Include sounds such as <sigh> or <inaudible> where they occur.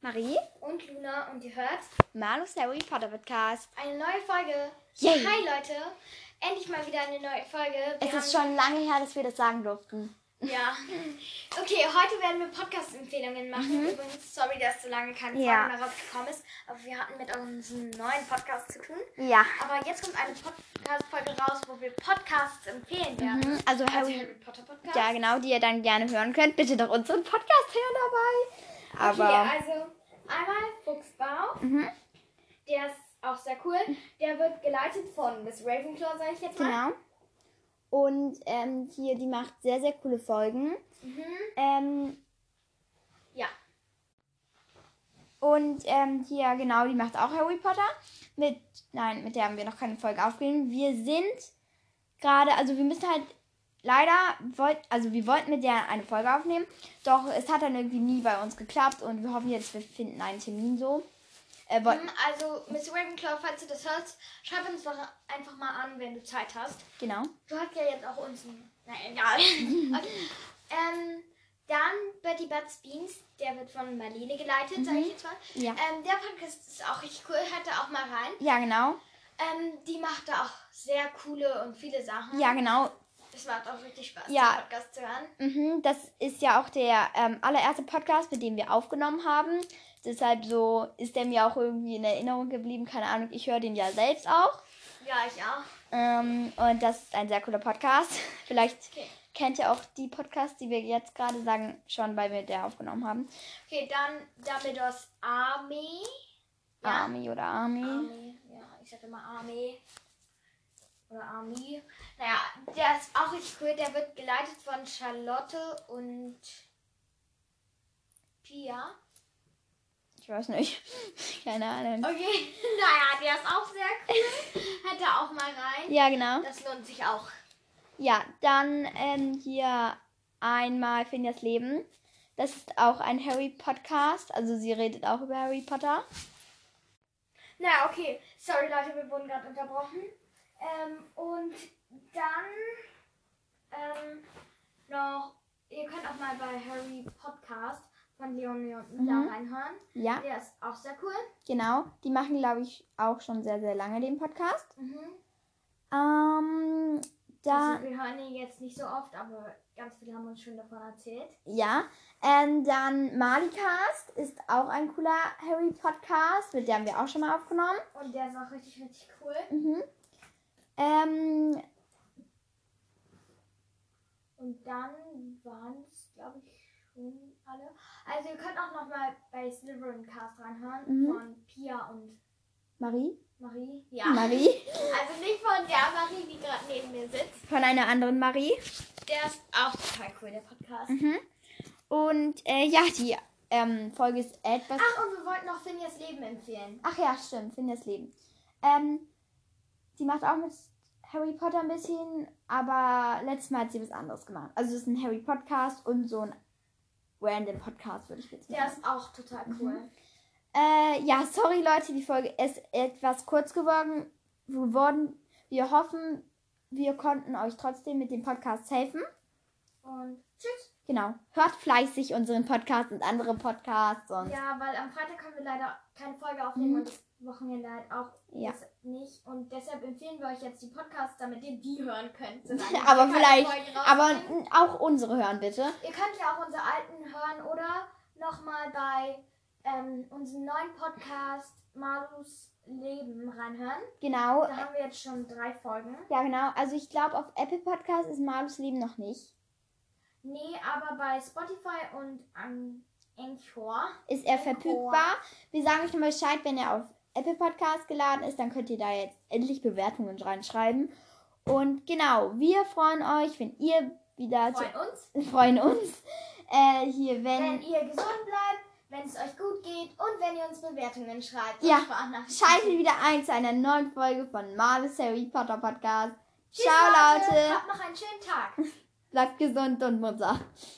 Marie, und Luna und ihr hört Malus Harry Potter Podcast. eine neue Folge. Yay. Hi Leute, endlich mal wieder eine neue Folge. Wir Es ist schon lange her, dass wir das sagen durften. Ja. Okay, heute werden wir Podcast-Empfehlungen machen. Übrigens, sorry, dass so lange keine Folge Mhm. Ja. mehr rausgekommen ist, aber wir hatten mit unserem neuen Podcast zu tun. Ja. Aber jetzt kommt eine Podcast-Folge raus, wo wir Podcasts empfehlen werden. Mhm, Also Also Harry, Harry Potter Podcast. ja genau, die ihr dann gerne hören könnt. Bitte doch unseren Podcast hören dabei. Aber Okay, also einmal Fuchsbau. Mhm. Der ist auch sehr cool. Der wird geleitet von Miss Ravenclaw, sage ich jetzt mal. genau. Und ähm, hier, die macht sehr, sehr coole Folgen. Mhm. Ähm, Ja. und ähm, hier, genau, die macht auch Harry Potter. Mit, nein, mit der haben wir noch keine Folge aufgenommen. Wir sind gerade, also wir müssen halt leider, wollt, also wir wollten mit der eine Folge aufnehmen, doch es hat dann irgendwie nie bei uns geklappt und wir hoffen jetzt, wir finden einen Termin so. Äh, woll- Mhm, Also, Miss Ravenclaw, falls du das hörst, schreib uns doch einfach mal an, wenn du Zeit hast. Genau. Du hast ja jetzt auch uns ein. Na, <laughs> egal. okay. ähm, dann Betty Butts Beans, der wird von Marlene geleitet, sage ich jetzt mal. Mhm. Ja. Ähm, der Podcast ist auch richtig cool, hört da auch mal rein. Ja, genau. Ähm, die macht da auch sehr coole und viele Sachen. Ja, genau. Es macht auch richtig Spaß, Ja. den Podcast zu hören. Mhm, das ist ja auch der ähm, allererste Podcast, mit dem wir aufgenommen haben. Deshalb so ist der mir auch irgendwie in Erinnerung geblieben. Keine Ahnung, ich höre den ja selbst auch. Ja, ich auch. Ähm, und das ist ein sehr cooler Podcast. <laughs> Vielleicht Okay. kennt ihr auch die Podcasts, die wir jetzt gerade sagen, schon, weil wir der aufgenommen haben. Okay, dann Dumbledores Army. Ja. Army oder Army. Army. Ja, ich sag immer Army. Oder Army. Naja, der ist auch richtig cool. Der wird geleitet von Charlotte und Pia. Ich weiß nicht. <laughs> Keine Ahnung. Okay, <laughs> naja, der ist auch sehr cool. Hört da auch mal rein. Ja, genau. Das lohnt sich auch. Ja, dann ähm, hier einmal Finjas Leben. Das ist auch ein Harry Podcast. Also sie redet auch über Harry Potter. Na, okay. Sorry, Leute, wir wurden gerade unterbrochen. Ähm, und dann ähm, noch, ihr könnt auch mal bei Harry Podcast von Leon Leon Mhm. da reinhören. Ja, Der ist auch sehr cool. genau. Die machen, glaube ich, auch schon sehr, sehr lange den Podcast. Mhm. Ähm, da, Also, wir hören ihn jetzt nicht so oft, aber ganz viele haben uns schon davon erzählt. ja. Ähm, dann Malicast ist auch ein cooler Harry Podcast. Mit der haben wir auch schon mal aufgenommen. Und der ist auch richtig, richtig cool. Mhm. Ähm, Und dann waren es, glaube ich, schon alle. Also ihr könnt auch nochmal bei Slytherin Cast reinhören Mhm. von Pia und Marie? Marie. Ja. Marie? Also nicht von der Marie, die gerade neben mir sitzt. Von einer anderen Marie. Der ist auch total cool, der Podcast. Mhm. Und äh, ja, die ähm, Folge ist etwas. Ach, und wir wollten noch Finjas Leben empfehlen. Ach ja, stimmt, Finjas Leben. Ähm, sie macht auch mit Harry Potter ein bisschen, aber letztes Mal hat sie was anderes gemacht. Also es ist ein Harry Podcast und so ein random Podcast, würde ich jetzt mal Der sagen. ist auch total Mhm. cool. Äh, ja, sorry Leute, die Folge ist etwas kurz geworden. geworden. Wir hoffen, wir konnten euch trotzdem mit dem Podcast helfen. Und tschüss. Genau. Hört fleißig unseren Podcast und andere Podcasts und Ja, weil am Freitag können wir leider keine Folge aufnehmen Mhm. und das Wochenende halt auch Ja. das nicht. Und deshalb empfehlen wir euch jetzt die Podcasts, damit ihr die hören <laughs> könnt. solange wir Aber keine vielleicht- Folge Aber rausnehmen. n- auch unsere hören bitte. Ihr könnt ja auch unsere alten hören oder nochmal bei ähm, unserem neuen Podcast Malus Leben reinhören. Genau. Da haben wir jetzt schon drei Folgen. Ja, genau. Also ich glaube, auf Apple Podcast ist Malus Leben noch nicht. Nee, aber bei Spotify und an Anchor. Ist er Oh. verfügbar? Wir sagen euch nochmal Bescheid, wenn er auf Apple Podcast geladen ist, dann könnt ihr da jetzt endlich Bewertungen reinschreiben. Und genau, wir freuen euch, wenn ihr wieder Freuen uns, zu freuen uns äh, hier, wenn Also wenn ihr gesund bleibt, wenn es euch gut geht und wenn ihr uns Bewertungen schreibt. Ja. Und Sprachnachrichten. schaltet wieder ein zu einer neuen Folge von Marvel's Harry Potter Podcast. Tschüss, Ciao Leute. Leute, Habt noch einen schönen Tag. bleibt gesund und munter.